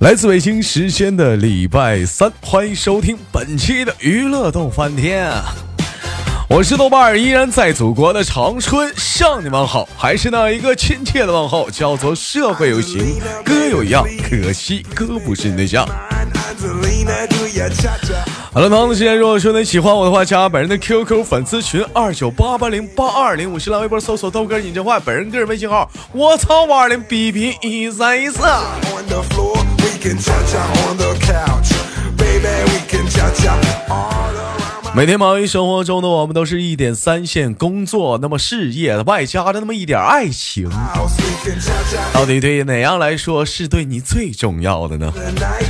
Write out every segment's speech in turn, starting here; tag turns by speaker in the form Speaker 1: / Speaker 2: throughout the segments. Speaker 1: 来自北京时间的礼拜三，欢迎收听本期的娱乐逗翻天啊！我是豆瓣儿，依然在祖国的长春向你问好，还是那一个亲切的问候，叫做社会有形，哥有样，可惜哥不是你对象。好了，同样的时间，如果说你喜欢我的话，加本人的 QQ 粉丝群二九八八零八二零，我新浪微博搜索豆哥你真坏，本人个人微信号我操五二零 bb 一三一四。
Speaker 2: On the floor, we can cha cha on the couch. Baby, we can cha cha all around my
Speaker 1: 每天忙于生活中的我们，都是一点三线工作，那么事业外加着那么一点爱情，
Speaker 2: house. We can cha cha
Speaker 1: 到底对哪样来说是对你最重要的呢？
Speaker 2: tonight.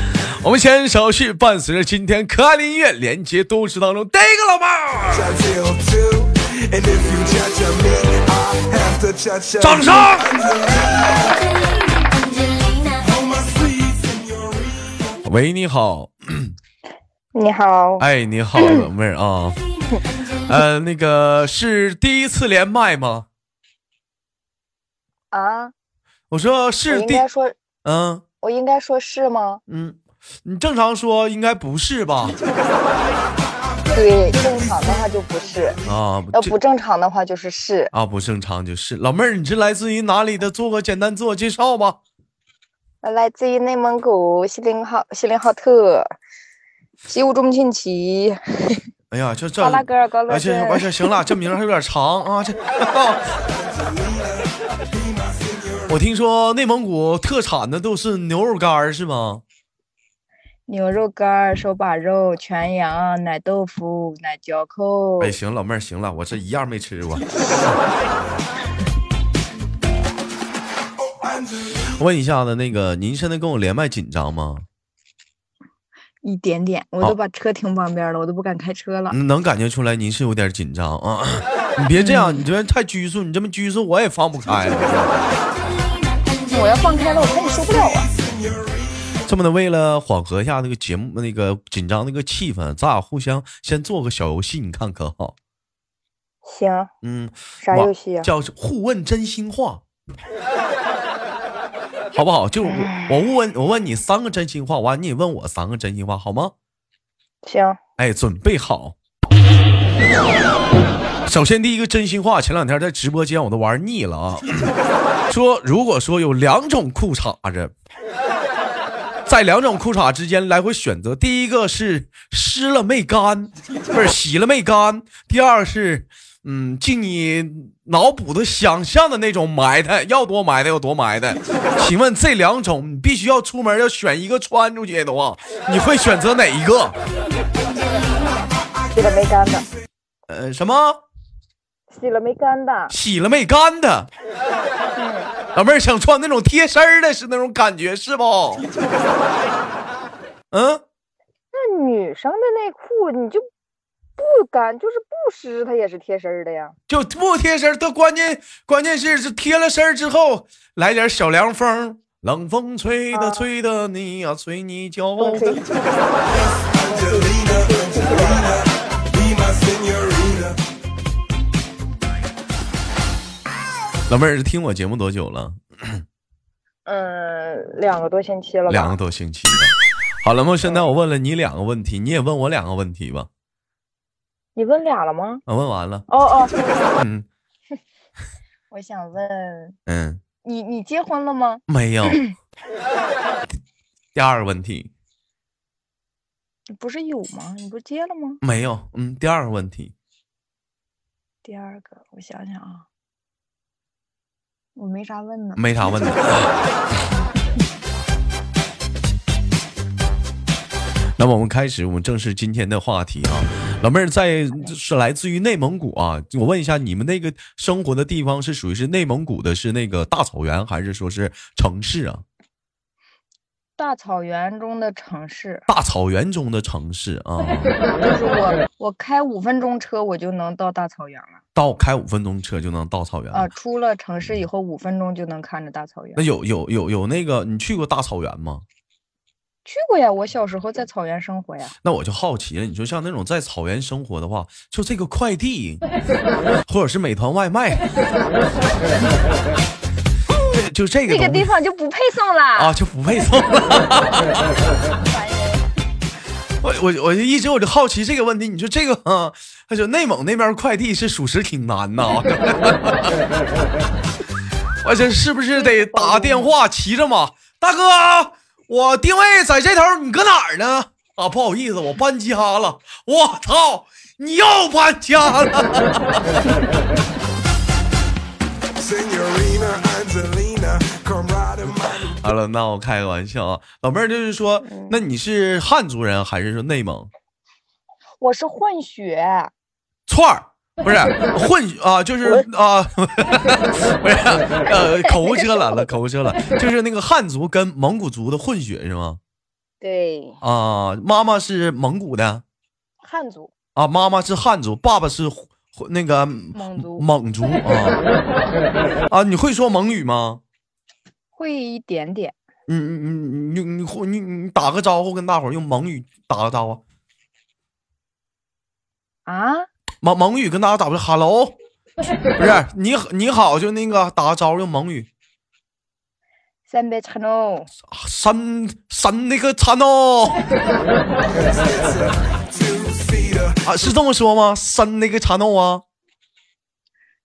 Speaker 1: 我们先手续伴随着今天可爱的音乐，连接都市当中第一个老妹儿，
Speaker 2: Cha till two. And if you cha cha me, I have to cha cha.
Speaker 1: 掌声！
Speaker 2: Hold my sleeve, senorita.
Speaker 1: 喂，你好，
Speaker 3: 你好，
Speaker 1: 哎，你好，老妹儿啊，呃，那个是第一次连麦吗？
Speaker 3: 啊，
Speaker 1: 我说
Speaker 3: 我
Speaker 1: 是
Speaker 3: 应
Speaker 1: 第，
Speaker 3: 该说，
Speaker 1: 嗯
Speaker 3: 我应该说是吗？
Speaker 1: 嗯，你正常说应该不是吧？
Speaker 3: 对，正常的话就不是，
Speaker 1: 啊，
Speaker 3: 要
Speaker 1: 这
Speaker 3: 呃不正常的话就是是。
Speaker 1: 啊，不正常就是。老妹儿，你是来自于哪里的？做个简单自我介绍吧。
Speaker 3: 我来自于内蒙古锡林浩锡林浩特，西乌中沁旗，
Speaker 1: 哎呀，这这，
Speaker 3: 巴拉格尔高
Speaker 1: 哎，
Speaker 3: 勒
Speaker 1: 这
Speaker 3: 镇
Speaker 1: 哎，这行了，这名儿还有点长啊。这，我听说内蒙古特产的都是牛肉干儿，是吗？
Speaker 3: 牛肉干儿、手把肉、全羊、奶豆腐、奶嚼扣。
Speaker 1: 哎，行，老妹儿，行了，我这一样没吃过。我问一下子，那个您现在跟我连麦紧张吗？
Speaker 3: 一点点，我
Speaker 1: 好
Speaker 3: 都把车停旁边了，我都不敢开车了。
Speaker 1: 嗯能感觉出来您是有点紧张啊。你别这样，你这太拘束，你这么拘束我也放不开。
Speaker 3: 我要放开了，我怕你受不了啊。
Speaker 1: 这么的，为了缓和一下那个节目那个紧张那个气氛，咱俩互相先做个小游戏，你看可好？
Speaker 3: 行，
Speaker 1: 嗯，
Speaker 3: 啥
Speaker 1: 网
Speaker 3: 游戏啊？
Speaker 1: 叫互问真心话， 好不好？就是我我问我问你三个真心话，完你也问我三个真心话，好吗？
Speaker 3: 行，
Speaker 1: 哎，准备好。首先，第一个真心话，前两天在直播间我都玩腻了啊。说如果说有两种裤衩子，在两种裤衩之间来回选择，第一个是湿了没干，不是洗了没干；第二是嗯，尽你脑补的想象的那种埋汰，要多埋汰有多埋汰。请问这两种你必须要出门要选一个穿出去的话，你会选择哪一个？
Speaker 3: 洗了没干的，
Speaker 1: 呃，什么
Speaker 3: 洗了没干的。
Speaker 1: 洗了没干的？老妹儿想穿那种贴身儿的，是那种感觉是不？嗯，
Speaker 3: 那女生的内裤你就不干，就是不湿，它也是贴身儿的呀。
Speaker 1: 就不贴身儿，它关键关键是是贴了身儿之后来点小凉风，冷风吹的
Speaker 3: 啊
Speaker 1: 吹的你呀、吹你脚
Speaker 3: 风吹
Speaker 1: 的。
Speaker 2: Angelina, Angelina, be my senorita.
Speaker 1: 老妹儿听我节目多久了？
Speaker 3: 嗯，两个多星期了吧？
Speaker 1: 两个多星期了。好了吗？现在我问了你两个问题，你也问我两个问题吧。
Speaker 3: 你问俩了吗？
Speaker 1: 啊，问完了。
Speaker 3: 哦哦，
Speaker 1: 嗯
Speaker 3: 我想问
Speaker 1: 嗯，
Speaker 3: 你，你结婚了吗？
Speaker 1: 没 有。第二个问题。
Speaker 3: 你不是有吗？你不是结了吗？
Speaker 1: 没有，嗯，第二个问题，
Speaker 3: 第二个，我想想啊，我没啥问呢。
Speaker 1: 没啥问的。 那么我们开始我们正式今天的话题啊，老妹儿在是来自于内蒙古啊，我问一下你们那个生活的地方是属于是内蒙古的，是那个大草原还是说是城市啊？
Speaker 3: 大草原中的城市，
Speaker 1: 大草原中的城市啊，
Speaker 3: 就是我，我开五分钟车我就能到大草原了。
Speaker 1: 到开五分钟车就能到草原
Speaker 3: 啊、
Speaker 1: 了。
Speaker 3: 出了城市以后五分钟就能看着大草原
Speaker 1: 嗯那。有有有有那个你去过大草原吗？
Speaker 3: 去过呀，我小时候在草原生活呀。
Speaker 1: 那我就好奇了，你说像那种在草原生活的话，就这个快递，或者是美团外卖， 就这个
Speaker 3: 这个
Speaker 1: 东
Speaker 3: 地
Speaker 1: 西
Speaker 3: 方就不配送了。
Speaker 1: 啊就不配送了。我我我就一直我就好奇这个问题，你说这个，啊，他说内蒙那边快递是属实挺难呐， 而且是不是得打电话骑着马？大哥，我定位在这头，你搁哪儿呢？啊，不好意思，我搬家了。我操，你又搬家了？
Speaker 2: Signorina Angelina, come ride in my
Speaker 1: 好了，那我开个玩笑啊，老妹儿就是说，那你是汉族人还是说内蒙
Speaker 3: 我是混血，
Speaker 1: 串儿？不是混啊，就是啊，不是呃，口无遮拦了，口无遮拦，就是那个汉族跟蒙古族的混血是吗？
Speaker 3: 对，
Speaker 1: 啊，妈妈是蒙古的
Speaker 3: 汉族。
Speaker 1: 啊，妈妈是汉族，爸爸是胡胡那个蒙
Speaker 3: 族
Speaker 1: 蒙族啊啊，你会说蒙语吗？
Speaker 3: 会一点点。
Speaker 1: 你你你你你会你你打个招呼，跟大伙儿用蒙语打个招呼，
Speaker 3: 啊，
Speaker 1: 蒙蒙语跟大家打不是 hello，不是你好你好就那个打个招呼用蒙语，
Speaker 3: 三杯茶喽，
Speaker 1: 三三那个餐哦
Speaker 2: two-seater.
Speaker 1: 啊是这么说吗？三那个餐哦啊，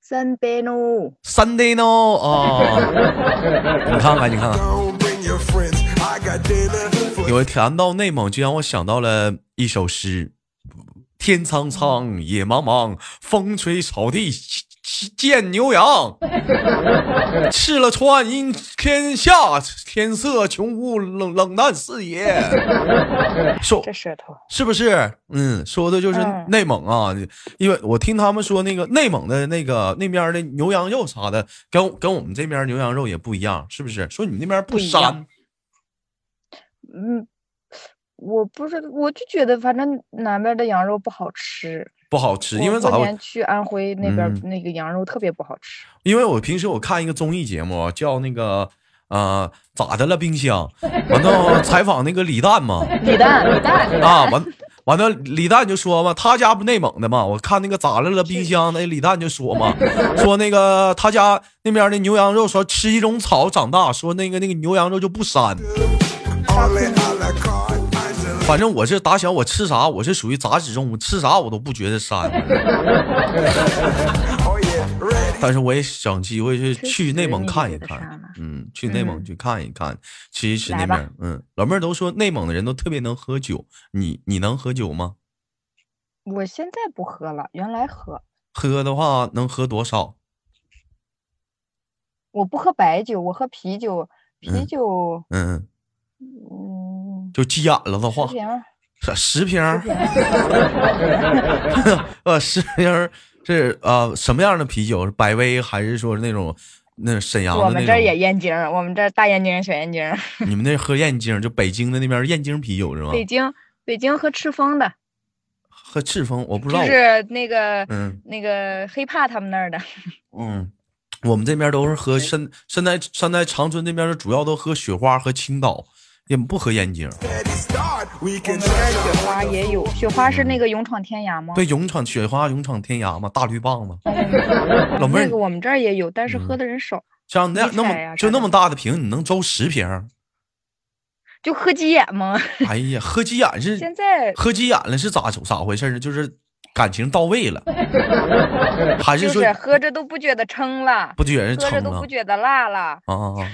Speaker 3: 三杯喽，
Speaker 1: 三的呢啊， 你看看你看看，
Speaker 2: Don't bring your friends. I got dinner for
Speaker 1: 有谈到内蒙，就让我想到了一首诗：天苍苍，野茫茫，风吹草低见牛羊。赤了川，因天下，天色穷乌冷冷淡四野。说
Speaker 3: 这舌头
Speaker 1: 是不是？嗯，说的就是
Speaker 3: 嗯
Speaker 1: 内蒙啊，因为我听他们说那个内蒙的那个那边的牛羊肉啥的，跟跟我们这边牛羊肉也不一样，是不是？说你们那边不
Speaker 3: 不一
Speaker 1: 膻。
Speaker 3: 样嗯，我不知道，我就觉得反正南边的羊肉不好吃。
Speaker 1: 不好吃，因为
Speaker 3: 我
Speaker 1: 咋
Speaker 3: 过
Speaker 1: 会？
Speaker 3: 年去安徽那边
Speaker 1: 嗯
Speaker 3: 那个羊肉特别不好吃。
Speaker 1: 因为我平时我看一个综艺节目啊叫那个呃咋的了冰箱，完 了采访那个李诞嘛
Speaker 3: 李诞，李诞，李诞
Speaker 1: 啊完。完了，李诞就说嘛，他家不内蒙的嘛。我看那个咋了了冰箱，那李诞就说嘛，说那个他家那边的牛羊肉，说吃一种草长大，说那个那个牛羊肉就不膻。
Speaker 2: all a la carte. Angelina,
Speaker 1: 反正我是打小我吃啥，我是属于杂食动物，吃啥我都不觉得膻。
Speaker 2: oh yeah, ready.
Speaker 1: 但是我也想机会去去内蒙看一
Speaker 3: 确实那个啥
Speaker 1: 看
Speaker 3: 嘛，
Speaker 1: 嗯，去内蒙
Speaker 3: 嗯
Speaker 1: 去看一看，吃一吃那
Speaker 3: 来
Speaker 1: 边儿，嗯，老妹儿都说内蒙的人都特别能喝酒，你你能喝酒吗？
Speaker 3: 我现在不喝了，原来喝。
Speaker 1: 喝的话能喝多少？
Speaker 3: 我不喝白酒，我喝啤酒。啤
Speaker 1: 嗯
Speaker 3: 酒，
Speaker 1: 嗯，
Speaker 3: 嗯，
Speaker 1: 就急眼了的
Speaker 3: 十
Speaker 1: 话，
Speaker 3: 瓶儿，
Speaker 1: 是十瓶儿，
Speaker 3: 十瓶儿
Speaker 1: 呃，十瓶儿是啊、呃什么样的啤酒？是百威还是说那种那沈阳
Speaker 3: 我
Speaker 1: 的
Speaker 3: 们
Speaker 1: 那
Speaker 3: 这儿也
Speaker 1: 种？
Speaker 3: 燕京儿，我们这儿大燕京儿、小燕京儿。
Speaker 1: 你们那喝燕京，就北京的那边燕京啤酒是吗？
Speaker 3: 北京，北京喝赤峰的，
Speaker 1: 喝赤峰，我不知
Speaker 3: 就
Speaker 1: 道，
Speaker 3: 是那个、
Speaker 1: 嗯。
Speaker 3: 那个黑怕他们那儿的。
Speaker 1: 嗯，我们这边都是喝山山在山在长春这边，主要都喝雪花和青岛，也不喝燕
Speaker 3: 哦
Speaker 1: 京。
Speaker 2: Steady start. We
Speaker 3: 我
Speaker 2: can
Speaker 3: 们这儿
Speaker 2: cha-cha
Speaker 3: 雪
Speaker 2: on
Speaker 3: 花
Speaker 2: the
Speaker 3: 也有，雪花是那个勇闯天涯吗？
Speaker 1: 对，勇闯雪花，勇闯天涯嘛，大绿棒子。
Speaker 3: 嗯，
Speaker 1: 老妹
Speaker 3: 那个
Speaker 1: 儿，嗯
Speaker 3: 我们这儿也有，但是喝的人少，
Speaker 1: 像那
Speaker 3: 迷
Speaker 1: 那
Speaker 3: 彩
Speaker 1: 么
Speaker 3: 呀
Speaker 1: 就
Speaker 3: 啥
Speaker 1: 那么
Speaker 3: 的
Speaker 1: 大的瓶，你能装十瓶儿？
Speaker 3: 就喝急眼嘛。
Speaker 1: 哎呀，喝急眼是
Speaker 3: 现在
Speaker 1: 喝急眼了是咋咋回事呢？就是感情到位 了，还
Speaker 3: 就是
Speaker 1: 说
Speaker 3: 是喝着都不觉得撑了，
Speaker 1: 不觉得
Speaker 3: 喝着
Speaker 1: 撑
Speaker 3: 都
Speaker 1: 啊
Speaker 3: 不？觉得辣了。
Speaker 1: 啊 啊啊！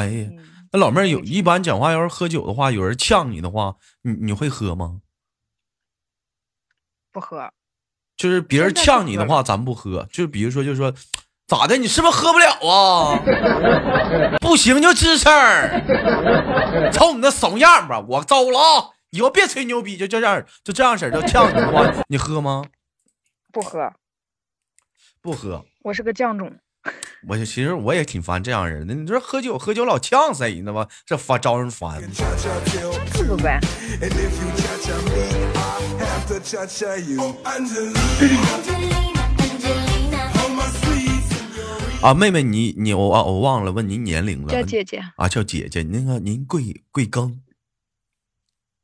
Speaker 1: 哎呀，
Speaker 3: 嗯
Speaker 1: 那老妹儿有一般讲话，要是喝酒的话，有人呛你的话，你你会喝吗？
Speaker 3: 不喝，
Speaker 1: 就是别人
Speaker 3: 现在不
Speaker 1: 呛你的
Speaker 3: 喝
Speaker 1: 话，咱不喝。就是比如说，就说咋的，你是不是喝不了啊？ 不行就吱声儿，瞅你那怂样儿吧，我走了啊！以后别吹牛逼，就这样儿，就这样式儿，就呛你的话，你喝吗？
Speaker 3: 不喝，
Speaker 1: 不喝。
Speaker 3: 我是个犟种。
Speaker 1: 我就其实我也挺烦这样人的。你说喝酒喝酒老呛谁呢吧？这烦招人烦。
Speaker 2: cha-cha kill.
Speaker 3: 不不呗，
Speaker 2: And if you cha-cha me, I have to cha-cha you. Oh, Angelina,
Speaker 4: Angelina, Angelina,
Speaker 2: on Oh, my sleeve, senorita.
Speaker 1: 啊，妹妹，你你我啊，我忘了问您年龄了。
Speaker 3: 叫姐姐，
Speaker 1: 啊，叫姐姐。那个您贵贵庚？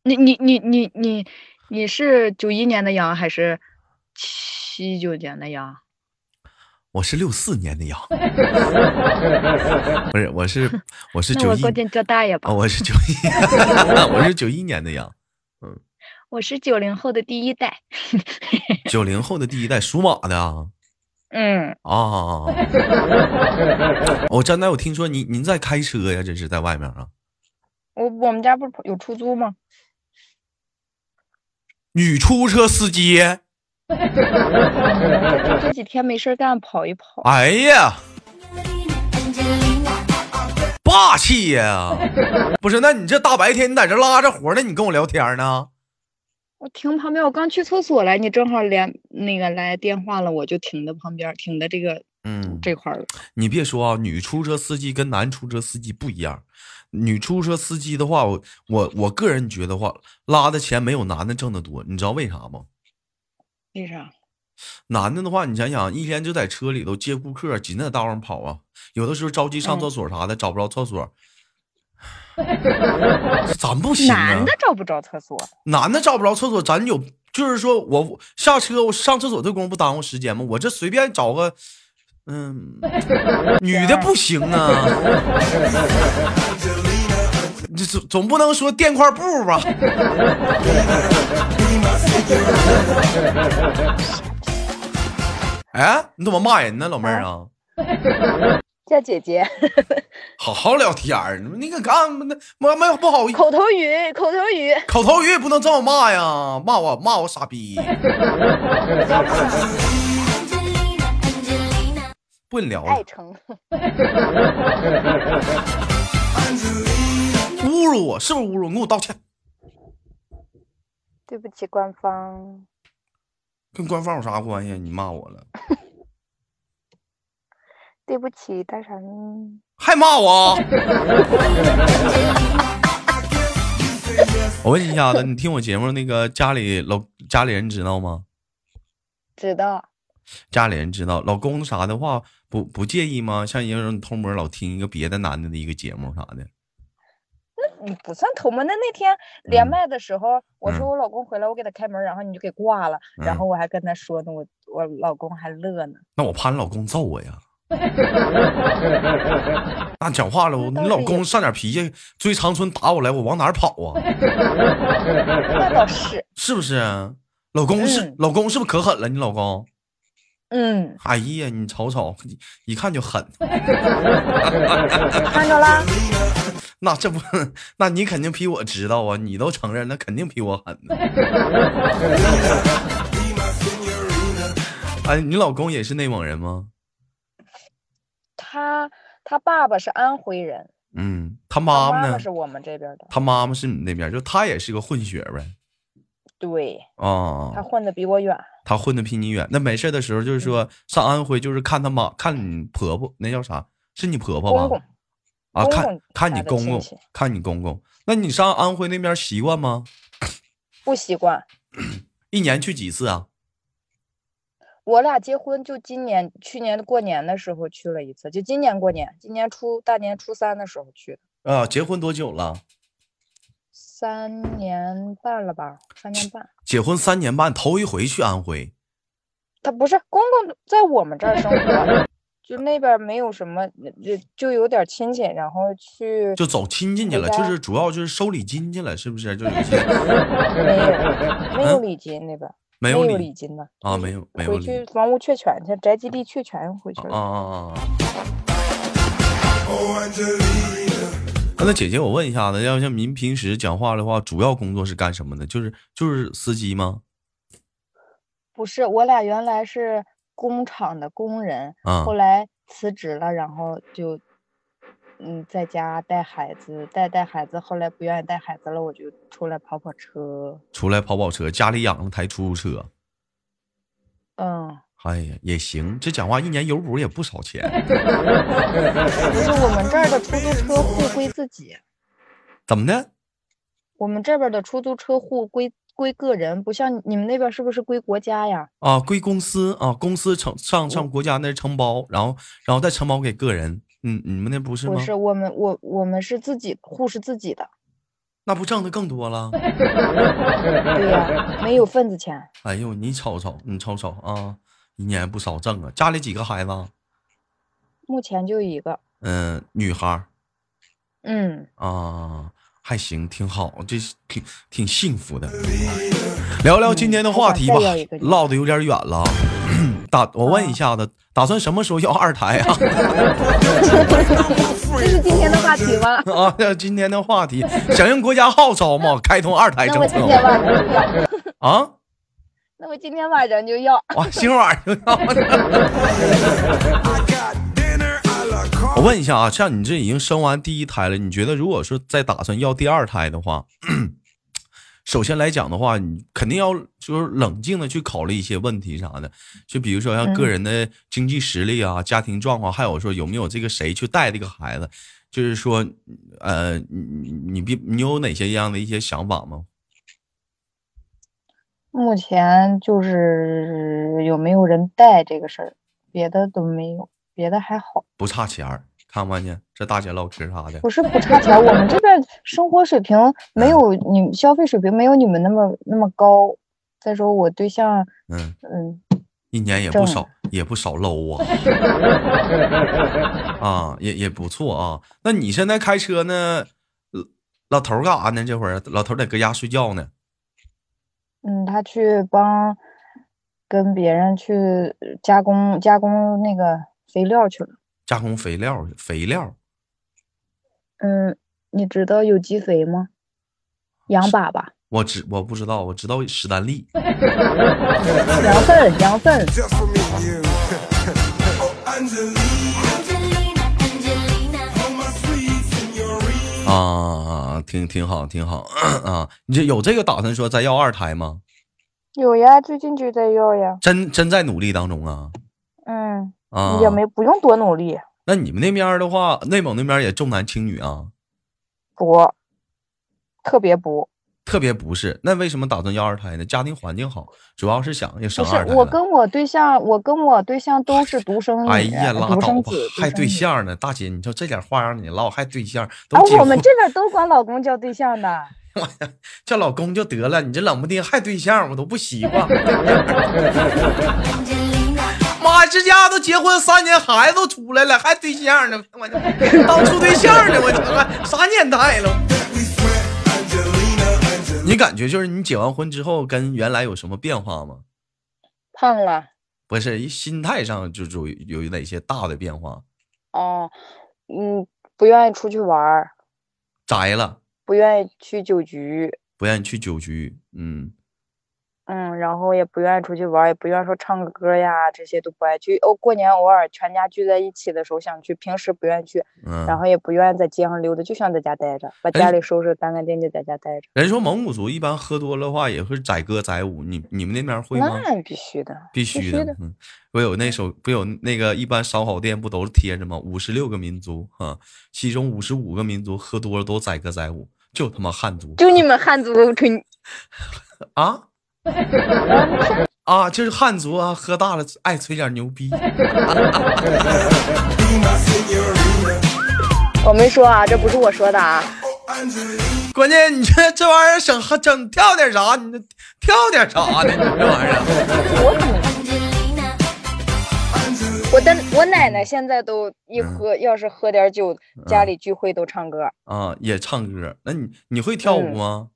Speaker 3: 你你你你你你是九一年的羊还是七九年的羊？
Speaker 1: 我是六四年 的羊，不是，我是我是
Speaker 5: 那
Speaker 1: 九
Speaker 5: 我
Speaker 1: 一
Speaker 5: 过，劲较大爷吧
Speaker 1: 哦，。我是九一， 我是九一年的羊，
Speaker 5: 我是九零后的第一代，
Speaker 1: 九零后的第一代属马的啊。
Speaker 5: 嗯，
Speaker 1: 啊！我张楠，我听说您您在开车呀，这是在外面啊？
Speaker 3: 我我们家不是有出租吗？
Speaker 1: 女出租车司机？
Speaker 3: 这这几天没事儿干，跑一跑。
Speaker 1: 哎呀，
Speaker 4: Angelina,
Speaker 1: 霸气呀！不是，那你这大白天你在这拉着活呢，你跟我聊天呢？
Speaker 3: 我停旁边，我刚去厕所来，你正好连那个来电话了，我就停在旁边，停在这个
Speaker 1: 嗯，
Speaker 3: 这块儿了。
Speaker 1: 你别说啊，女出租车司机跟男出租车司机不一样。女出租车司机的话，我我我个人觉得话，拉的钱没有男的挣得多，你知道为啥吗？
Speaker 3: 为啥？
Speaker 1: 男的的话，你想想，一天就在车里头接顾客，紧在道上跑啊，有的时候着急上
Speaker 3: 嗯
Speaker 1: 厕所啥的，找不着厕所，咱不行啊。
Speaker 3: 男的找不着厕所，
Speaker 1: 男的找不着厕所，咱有就是说我下车我上厕所这功夫不耽误时间吗？我这随便找个，嗯，女的不行啊，这总总不能说垫块布吧？ 哎，你怎么骂人呢，老妹儿啊？
Speaker 3: 叫姐姐。
Speaker 1: 好好聊天儿，你可干那没没有不好意
Speaker 3: 口头语，口头语，
Speaker 1: 口头语也不能这么骂呀，骂我骂我傻逼。
Speaker 4: Angelina, Angelina,
Speaker 1: 不跟你聊了啊
Speaker 3: 爱，称。
Speaker 1: 侮辱我是不是侮辱？你给我道歉，
Speaker 3: 对不起，官方，
Speaker 1: 跟官方有啥关系？你骂我了，
Speaker 3: 对不起，大傻咪。
Speaker 1: 还骂我？我问你一下子，你听我节目那个家里老家里人知道吗？
Speaker 3: 知道，
Speaker 1: 家里人知道，老公啥的话不不介意吗？像有人偷摸老听一个别的男的的一个节目啥的，
Speaker 3: 你嗯不算偷摸。那那天连
Speaker 1: 嗯
Speaker 3: 麦的时候，我
Speaker 1: 嗯
Speaker 3: 说我老公回来，我给他开门，然后你就给挂了，然
Speaker 1: 嗯
Speaker 3: 后我还跟他说呢，我我老公还乐呢。
Speaker 1: 那我怕你老公揍我呀。 那讲话了，我
Speaker 3: 那
Speaker 1: 你
Speaker 3: 倒是
Speaker 1: 老
Speaker 3: 也
Speaker 1: 公上点脾气，追长春打我来，我往哪儿跑啊？
Speaker 3: 那倒是，
Speaker 1: 是不是？老公是、
Speaker 3: 嗯
Speaker 1: 老公是不是可狠了？你老公？
Speaker 3: 嗯，
Speaker 1: 哎呀，你瞅瞅，你一看就狠。
Speaker 3: 看着啦，
Speaker 1: 那这不，那你肯定比我知道啊！你都承认，那肯定比我狠呢。哎，你老公也是内蒙人吗？
Speaker 3: 他他爸爸是安徽人，
Speaker 1: 嗯，他
Speaker 3: 他
Speaker 1: 妈妈
Speaker 3: 妈
Speaker 1: 呢
Speaker 3: 妈？是我们这边的，
Speaker 1: 他妈妈是你那边，就他也是个混血呗。
Speaker 3: 对
Speaker 1: 啊、
Speaker 3: 他混的比我远。
Speaker 1: 他混的比你远。那没事的时候，就是
Speaker 3: 嗯
Speaker 1: 说上安徽，就是看他妈，看你婆婆，那叫啥？是你婆婆吧？
Speaker 3: 公公
Speaker 1: 啊，
Speaker 3: 公
Speaker 1: 看
Speaker 3: 公
Speaker 1: 看
Speaker 3: 家
Speaker 1: 你
Speaker 3: 的
Speaker 1: 公
Speaker 3: 亲
Speaker 1: 公
Speaker 3: 戚，
Speaker 1: 看你公公。那你上安徽那边习惯吗？
Speaker 3: 不习惯，
Speaker 1: 一年去几次啊？
Speaker 3: 我俩结婚就今年，去年过年的时候去了一次，就今年过年，今年初大年初三的时候去的，
Speaker 1: 啊，结婚多久了？
Speaker 3: 三年半了吧，三年半。
Speaker 1: 结婚三年半，头一回去安徽。
Speaker 3: 他不是公公在我们这儿 生活，就那边儿没有什么，就就有点亲戚，然后去
Speaker 1: 就走亲戚去了，
Speaker 3: 回
Speaker 1: 就
Speaker 3: 家
Speaker 1: 是主要就是收礼金去了，是不是？就有些
Speaker 3: 没有没有
Speaker 1: 嗯
Speaker 3: 礼金那边儿
Speaker 1: 没有
Speaker 3: 有
Speaker 1: 礼
Speaker 3: 礼金的
Speaker 1: 啊，没有没有
Speaker 3: 回
Speaker 1: 礼
Speaker 3: 去房屋确权去，宅基地确权回去
Speaker 1: 啊
Speaker 3: 了。
Speaker 1: 啊啊！啊
Speaker 2: Oh, Angelina.
Speaker 1: 那姐姐，我问一下子，要像您平时讲话的话，主要工作是干什么的？就是就是司机吗？
Speaker 3: 不是，我俩原来是工厂的工人，
Speaker 1: 啊
Speaker 3: 后来辞职了，然后就，嗯，在家带孩子，带带孩子，后来不愿意带孩子了，我就出来跑跑车。
Speaker 1: 出来跑跑车，家里养了台出租车。
Speaker 3: 嗯，
Speaker 1: 哎呀，也行，这讲话一年油补也不少钱。
Speaker 3: 不是我们这儿的出租车户归自己，
Speaker 1: 怎么的？
Speaker 3: 我们这边儿的出租车户归归个人，不像你们那边儿是不是归国家呀？
Speaker 1: 啊，归公司啊，公司承上上国家那承包，然后然后再承包给个人。嗯，你们那不是吗
Speaker 3: 不？是，我们我我们是自己户是自 己的，
Speaker 1: 那不挣的更多了？
Speaker 3: 对呀、没有份子钱。
Speaker 1: 哎呦，你瞅瞅，你瞅瞅啊，一年不少挣啊。家里几个孩子啊？
Speaker 3: 目前就一个，
Speaker 1: 嗯、女孩儿
Speaker 3: 嗯，
Speaker 1: 啊，还行，挺好，这是挺挺幸福的。聊聊今天的话题吧
Speaker 3: 还想再要一个，呢
Speaker 1: 唠的有点远了。打我问一下子，打算什么时候要二胎啊？
Speaker 5: 这 是今天的话题 吗？
Speaker 1: 啊，这今天的话题，响应国家号召嘛，开通二胎
Speaker 5: 那我
Speaker 1: 政策
Speaker 5: 今天晚上就要，
Speaker 1: 啊。
Speaker 5: 那我今天晚上就要。
Speaker 1: 哇，今晚就要。
Speaker 2: I got dinner a la carte.
Speaker 1: 我问一下啊，像你这已经生完第一胎了，你觉得如果说再打算要第二胎的话，首先来讲的话，你肯定要就是冷静的去考虑一些问题啥的，就比如说像个人的经济实力啊、家庭状况，还有说有没有这个谁去带这个孩子，就是说，呃，你你你比你有哪些样的一些想法吗？
Speaker 3: 目前就是有没有人带这个事儿，别的都没有，别的还好，
Speaker 1: 不差钱儿，看不看见这大姐唠嗑啥的，
Speaker 3: 不是不差钱，我们这边生活水平没有你们消费水平没有你们那么那么高。再说我对象，
Speaker 1: 嗯，
Speaker 3: 嗯，
Speaker 1: 一年也不
Speaker 3: 挣
Speaker 1: 少，也不少搂啊， 啊，也也不错啊。那你现在开车呢？呃老头儿干啥呢？这会儿老头儿在搁家睡觉呢。
Speaker 3: 嗯，他去帮跟别人去呃加工加工那个肥料去了。
Speaker 1: 加工肥料儿，肥料儿
Speaker 3: 嗯，你知道有机肥吗？羊粑粑、
Speaker 1: 我知我不知道，我知道史丹 利。
Speaker 3: 羊粪儿、羊粪儿，
Speaker 2: Just for me and you. oh, Angelina,
Speaker 4: Angelina, Angelina.
Speaker 2: oh, my sweet senorita.
Speaker 1: 啊，挺挺好，挺好 啊！你这有这个打算说再要二胎吗？
Speaker 3: 有呀，最近就在要呀。
Speaker 1: 真真在努力当中啊
Speaker 3: 嗯，
Speaker 1: 啊！
Speaker 3: 也没不用多努力，
Speaker 1: 那你们那边儿的话，内蒙那边儿也重男轻女啊？
Speaker 3: 不，特别不。
Speaker 1: 特别不是，那为什么打算要二胎呢？家庭环境好，主要是想要
Speaker 3: 不
Speaker 1: 生
Speaker 3: 是
Speaker 1: 二胎。
Speaker 3: 我跟我对象，我跟我对象都是独生女，
Speaker 1: 哎呀，拉
Speaker 3: 独
Speaker 1: 倒
Speaker 3: 生
Speaker 1: 吧
Speaker 3: 子，，
Speaker 1: 还
Speaker 3: 独生
Speaker 1: 对
Speaker 3: 女。
Speaker 1: 象呢，大姐，你说这点话让你唠，还对象，都
Speaker 3: 啊
Speaker 1: 结，
Speaker 3: 我
Speaker 1: 婚、
Speaker 3: 们这边都管老公叫对象的。
Speaker 1: 叫老公就得了，你这冷不丁还对象，我都不习惯。 妈，这家都结婚三年，孩子都出来了，还对象呢，我就当处对象呢，我这还啥年代了？
Speaker 2: We sweat, Angelina, Angelina.
Speaker 1: 你感觉就是你结完婚之后跟原来有什么变化吗？
Speaker 3: 胖了
Speaker 1: 不是，一心态上就有有哪些大的变化？
Speaker 3: 哦，嗯，不愿意出去玩儿，
Speaker 1: 宅了，
Speaker 3: 不愿意去酒局，
Speaker 1: 不愿意去酒局，嗯。
Speaker 3: 嗯，然后也不愿意出去玩儿，也不愿意说唱个歌呀，这些都不爱去。哦，过年偶尔全家聚在一起的时候想去，平时不愿意去，
Speaker 1: 嗯，
Speaker 3: 然后也不愿意在街上溜达，就想在家待着，把
Speaker 1: 哎
Speaker 3: 家里收拾干干净净，在家待着。
Speaker 1: 人说蒙古族一般喝多了话也会载歌载舞，你你们那边会吗？
Speaker 3: 那必须的，
Speaker 1: 必
Speaker 3: 须
Speaker 1: 须的，
Speaker 3: 的
Speaker 1: 嗯，不有那首不有那个一般烧烤店不都是贴着吗？五十六个民族啊，其中五十五个民族喝多了都载歌载舞，就他妈汉族
Speaker 5: 就你们汉族吹牛，
Speaker 1: 啊 啊，就是汉族啊，喝大了爱吹点牛逼。
Speaker 2: Be my senorita.
Speaker 3: 我没说啊，这不是我说的啊。
Speaker 2: Oh, Angelina,
Speaker 1: 关键你这这玩意儿整整跳点啥？你这跳点啥呢？你这玩意儿。啊
Speaker 4: Angelina,
Speaker 2: Angelina.
Speaker 3: 我的我奶奶现在都一
Speaker 1: 嗯
Speaker 3: 喝，要是喝点酒，家里聚会都唱歌，
Speaker 1: 啊，也唱歌。那你你会跳舞
Speaker 3: 嗯
Speaker 1: 吗？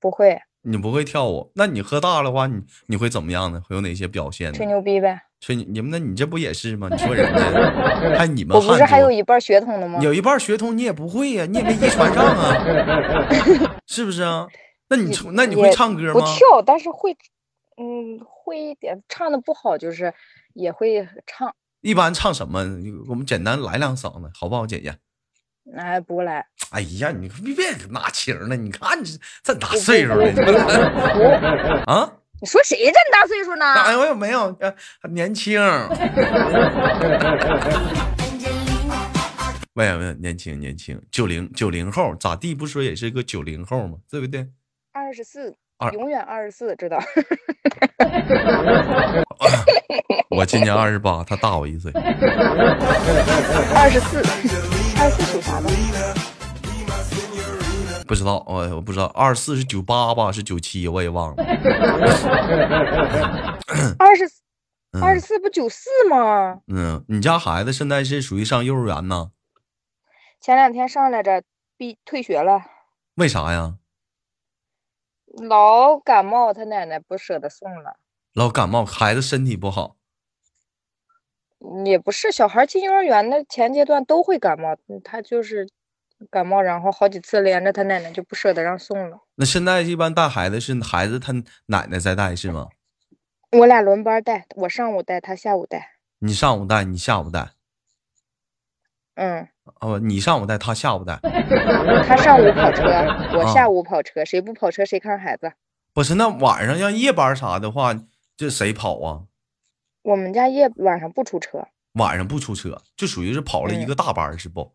Speaker 3: 不会
Speaker 1: 你不会跳舞，那你喝大了的话，你你会怎么样呢？会有哪些表现呢？
Speaker 3: 吹牛逼呗。
Speaker 1: 吹牛你们那你这不也是吗？你说人 家，还哎你们
Speaker 3: 我不
Speaker 1: 汉
Speaker 3: 是还
Speaker 1: 族
Speaker 3: 有一半血统的吗？
Speaker 1: 有一半血统你也不会呀、你也没遗传上啊， 是不是啊？那你
Speaker 3: 也
Speaker 1: 从那你会
Speaker 3: 也
Speaker 1: 唱歌
Speaker 3: 不
Speaker 1: 吗？
Speaker 3: 跳，但是会，嗯，会一点，唱的不好就是也会唱，
Speaker 1: 一般唱什么？你我们简单来两嗓子，好不好，姐姐？
Speaker 3: 哎，不来，
Speaker 1: 哎呀，你别别拿情了，你看你这大
Speaker 3: 不
Speaker 1: 岁数了，你
Speaker 3: 不
Speaker 1: 们
Speaker 3: 不，
Speaker 1: 啊？
Speaker 3: 你说谁这么大岁数呢？
Speaker 1: 哎呦，我也没有，呃年轻。 喂喂，年轻年轻，九零九零后，咋地不说也是个九零后嘛，对不对？
Speaker 3: 二十四
Speaker 1: 二，
Speaker 3: 永远二十四，知道？
Speaker 1: 我今年二十八，他大我一岁。
Speaker 3: 二十四，二十四属啥呢？
Speaker 1: 不知道，我我不知道，二十四是九八吧，是九七，我也忘了。
Speaker 3: 二十四，
Speaker 1: 嗯
Speaker 3: 二十四不九四吗？
Speaker 1: 嗯，你家孩子现在是属于上幼儿园呢？
Speaker 3: 前两天上来着，毕退学了，
Speaker 1: 为啥呀？
Speaker 3: 老感冒，他奶奶不舍得送了。
Speaker 1: 老感冒，孩子身体不好。
Speaker 3: 也不是小孩儿进幼儿园的前阶段都会感冒，嗯他就是感冒，然后好几次连着他奶奶就不舍得让送了。
Speaker 1: 那现在一般带孩子是孩子他奶奶在带是吗？
Speaker 3: 我俩轮班带，我上午带，他下午带。
Speaker 1: 你上午带，你下午带，
Speaker 3: 嗯，
Speaker 1: 哦，你上午带，他下午带。
Speaker 3: 他上午跑车，我
Speaker 1: 啊
Speaker 3: 下午跑车，谁不跑车谁看孩子。
Speaker 1: 不是，那晚上像夜班啥的话，这谁跑啊？
Speaker 3: 我们家夜晚上不出车，
Speaker 1: 晚上不出车，就属于是跑了一
Speaker 3: 嗯
Speaker 1: 个大班儿是不？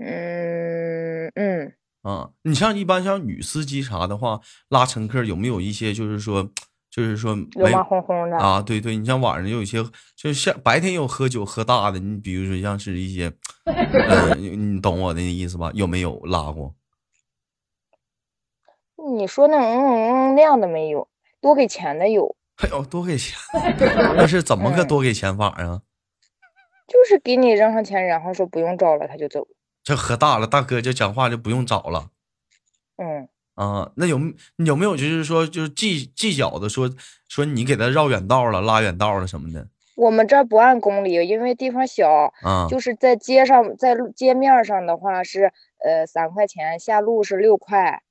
Speaker 3: 嗯嗯，
Speaker 1: 啊，你像一般像女司机啥的话，拉乘客有没有一些就是说，就是说
Speaker 3: 流
Speaker 1: 没
Speaker 3: 氓哄哄的，
Speaker 1: 啊？对对，你像晚上有一些，就是像白天有喝酒喝大的，你比如说像是一些，呃，你你懂我的意思吧？有没有拉过？
Speaker 3: 你说那嗯嗯嗯那样的没有，多给钱的有，
Speaker 1: 哎呦，多给钱，那是怎
Speaker 3: 嗯
Speaker 1: 么个多给钱法啊？
Speaker 3: 就是给你扔上钱，然后说不用找了，他就走。
Speaker 1: 这喝大了，大哥就讲话就不用找了。
Speaker 3: 嗯，
Speaker 1: 啊，那有没有没有就是说就是计计较的说说你给他绕远道了、拉远道了什么的
Speaker 3: 我们这儿不按公里，因为地方小，
Speaker 1: 啊？
Speaker 3: 就是在街上，在路街面儿上的话是呃三块钱，下路是六块。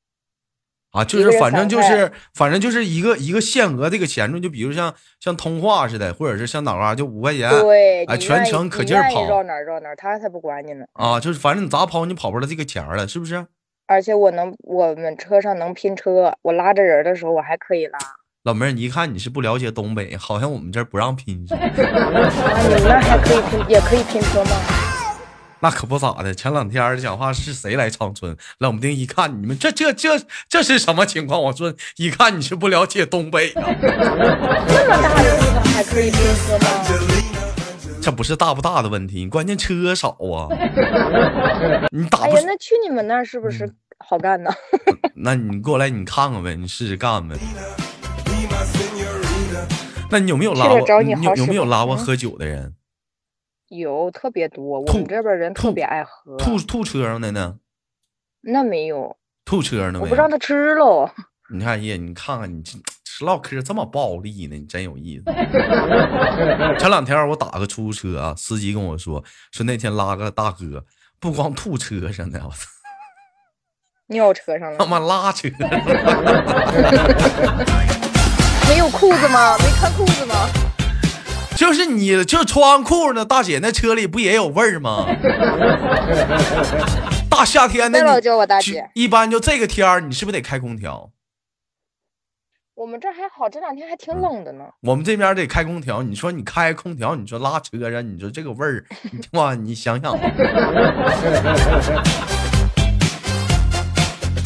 Speaker 1: 啊，就
Speaker 3: 一
Speaker 1: 是
Speaker 3: 个人
Speaker 1: 反正
Speaker 3: 三
Speaker 1: 就
Speaker 3: 块
Speaker 1: 是反正就是一个一个限额这个钱数，就比如像像通话似的，或者是像哪啊嘎就五块钱
Speaker 3: 对，
Speaker 1: 啊
Speaker 3: 你
Speaker 1: 全
Speaker 3: 愿意
Speaker 1: 程
Speaker 3: 你
Speaker 1: 可劲儿
Speaker 3: 愿意
Speaker 1: 跑
Speaker 3: 绕哪儿绕哪儿，他才不管你呢。
Speaker 1: 啊，就是反正你咋跑你跑不了这个钱儿了，是不是？
Speaker 3: 而且我能，我们车上能拼车，我拉着人儿的时候我还可以拉。
Speaker 1: 老妹儿，你一看你是不了解东北，好像我们这儿不让拼似的。
Speaker 3: 啊，你们那儿还可以拼，也可以拼车吗？
Speaker 1: 那可不咋的，前两天儿讲话是谁来长春，冷不丁一看你们这这这这是什么情况？我说一看你是不了解东北啊。
Speaker 3: 这么大的地方还可以拼车吗？
Speaker 1: 这不是大不大的问题，关键车少啊。 你打
Speaker 3: 哎
Speaker 1: 啊不嗯
Speaker 3: 呀，
Speaker 1: 死，
Speaker 3: 那去你们那儿是不是好干呢？
Speaker 1: 那你过来你看看呗，你试试干呗。
Speaker 2: Be my senorita.
Speaker 1: 那你有没有拉
Speaker 3: 去了
Speaker 1: 过？
Speaker 3: 找你
Speaker 1: 你有
Speaker 3: 好使
Speaker 1: 有没有
Speaker 3: 吗
Speaker 1: 拉过
Speaker 3: 嗯
Speaker 1: 喝酒的人？
Speaker 3: 有特别多，我
Speaker 1: 吐
Speaker 3: 们这边儿人特
Speaker 1: 吐
Speaker 3: 别爱喝。
Speaker 1: 吐吐车上的呢？
Speaker 3: 那没有，
Speaker 1: 吐车上的
Speaker 3: 我
Speaker 1: 没
Speaker 3: 不让
Speaker 1: 有？
Speaker 3: 他吃喽。
Speaker 1: 你看爷，你看看你这这唠嗑这么暴力呢，你真有 意思。前两天我打个出租车啊，司机跟我说说那天拉个大哥，不光吐车上的，我操
Speaker 3: 尿车上
Speaker 1: 他
Speaker 3: 了，
Speaker 1: 妈拉车上了
Speaker 3: 没有裤子吗？没穿裤子吗？
Speaker 1: 就是你就穿裤呢，大姐那车里不也有味儿 吗？大夏天的
Speaker 3: 那
Speaker 1: 你，
Speaker 3: 老叫我大
Speaker 1: 去
Speaker 3: 姐。
Speaker 1: 一般就这个天儿，你是不是得开空调？
Speaker 3: 我们这儿还好，这两天还
Speaker 1: 嗯
Speaker 3: 挺冷的呢。
Speaker 1: 我们这边儿得开空调。你说你开空调，你说拉车啊上，你说这个味 儿，你哇，你想想吧。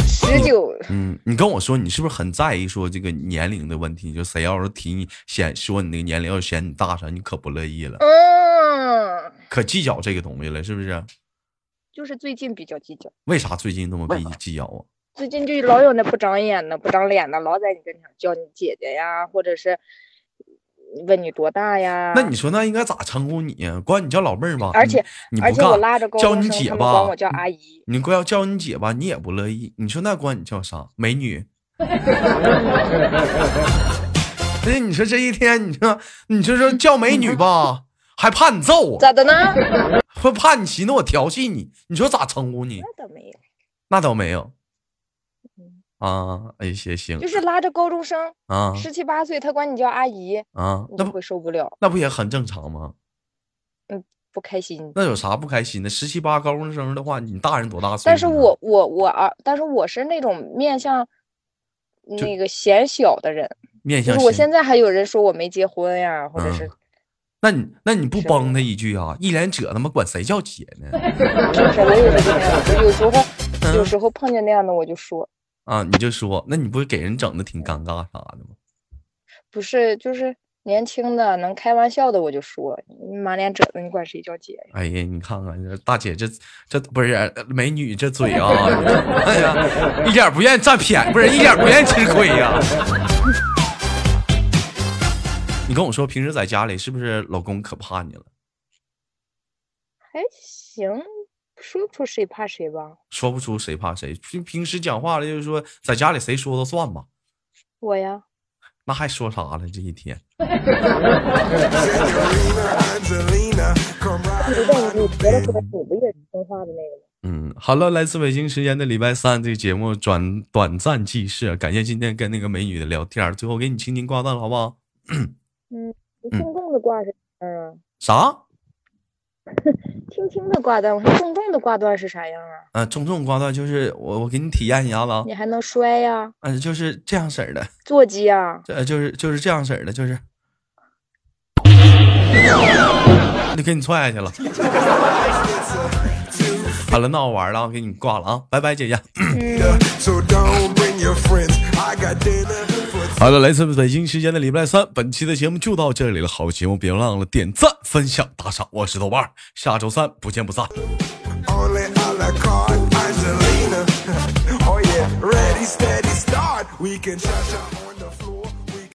Speaker 3: 十九，
Speaker 1: 嗯，你跟我说，你是不是很在意说这个年龄的问题？就谁要是提你显说你那个年龄，要是嫌你大啥，你可不乐意了，
Speaker 3: 嗯，
Speaker 1: 可计较这个东西了，是不是？
Speaker 3: 就是最近比较计较，
Speaker 1: 为啥最近这么计计较啊？
Speaker 3: 最近就老有那不长眼的、不长脸的，老在你跟前儿叫你姐姐呀，或者是问你多大呀。
Speaker 1: 那你说那应该咋称呼你呀？管你叫老妹儿吧，
Speaker 3: 啊而
Speaker 1: 你
Speaker 3: 且
Speaker 1: 你不
Speaker 3: 而且我拉着
Speaker 1: 干，
Speaker 3: 高
Speaker 1: 叫
Speaker 3: 中
Speaker 1: 你
Speaker 3: 生，
Speaker 1: 姐
Speaker 3: 他们
Speaker 1: 吧，嗯
Speaker 3: 管我叫阿姨。
Speaker 1: 你管要叫你姐吧，你也不乐意。你说那管你叫啥？美女。 那你说这一天，你说你说说叫美女吧，还怕你揍我，
Speaker 3: 咋的呢？
Speaker 1: 会怕你寻思我调戏你，你说咋称呼你？
Speaker 3: 那倒没有，
Speaker 1: 那倒没有。啊，哎行行
Speaker 3: 嗯就是拉着高中生，
Speaker 1: 啊
Speaker 3: 十七八岁，他管你叫阿姨，
Speaker 1: 啊，
Speaker 3: 你
Speaker 1: 那
Speaker 3: 就会
Speaker 1: 不
Speaker 3: 受不了，
Speaker 1: 那不也很正常吗？
Speaker 3: 不开心。
Speaker 1: 那有啥不开心的？十七八高中生的话，你大人多大岁数呢？
Speaker 3: 但是我我我啊，但是我是那种面向那个显小的人，
Speaker 1: 面
Speaker 3: 就
Speaker 1: 向
Speaker 3: 是我
Speaker 1: 谁
Speaker 3: 现在还有人说我没结婚呀，或者
Speaker 1: 嗯
Speaker 3: 是
Speaker 1: 那你那你不
Speaker 3: 是
Speaker 1: 帮他一句啊？一脸褶他妈管谁叫姐呢？
Speaker 3: 就是我有时候那样，我有时候有
Speaker 1: 嗯
Speaker 3: 时候碰见那样的我就说，
Speaker 1: 啊，你就说，那你不是给人整的挺尴尬啥的吗？
Speaker 3: 不是就是年轻的能开玩笑的我就说，你满脸褶子，你管谁叫姐呀？
Speaker 1: 哎呀，你看看这大姐这这不是呃美女这嘴啊， 哎呀，一点不愿意占便宜，不是一点不愿意吃亏呀、 你跟我说，平时在家里是不是老公可怕你了？
Speaker 3: 还哎行，说不出谁怕谁吧。
Speaker 1: 说不出谁怕谁，平平时讲话了就是说，在家里谁说了算嘛，
Speaker 3: 我
Speaker 1: 嗯
Speaker 3: 呀，
Speaker 1: 那还说啥了？这一天
Speaker 2: Angelina, Angelina, come right
Speaker 3: 就像
Speaker 2: on
Speaker 3: 你
Speaker 2: up
Speaker 3: 觉得
Speaker 2: in
Speaker 3: 说你不也是听话的那个吗？
Speaker 1: 嗯，好了，来自北京时间的礼拜三，这个节目转短暂记事，啊感谢今天跟那个美女的聊天儿，最后给你轻轻挂断了，好不好？
Speaker 3: 你
Speaker 1: 嗯
Speaker 3: 重重的挂是啥样啊？
Speaker 1: 啥？
Speaker 3: 轻轻的挂断，我说重重的挂断是啥样啊？
Speaker 1: 嗯、重重挂断就是我，我给你体验一下子啊，
Speaker 3: 你还能摔呀、
Speaker 1: 嗯、就是这样式儿的，
Speaker 3: 座机啊呀、
Speaker 1: 这、就是就是这样式儿的，就是，就给你踹下去了。好了，那我玩了啊，给你挂了啊，拜拜，姐姐。
Speaker 2: ya, so don't bring your friends. I got dinner for
Speaker 1: 好了，来自北京时间的礼拜三，本期的节目就到这里了。好节目别忘了点赞、分享、打赏。我是豆瓣儿，下周三不见不散。
Speaker 2: only a la carte. Angelina, oh yeah, ready, steady, start. We can cha cha on the floor.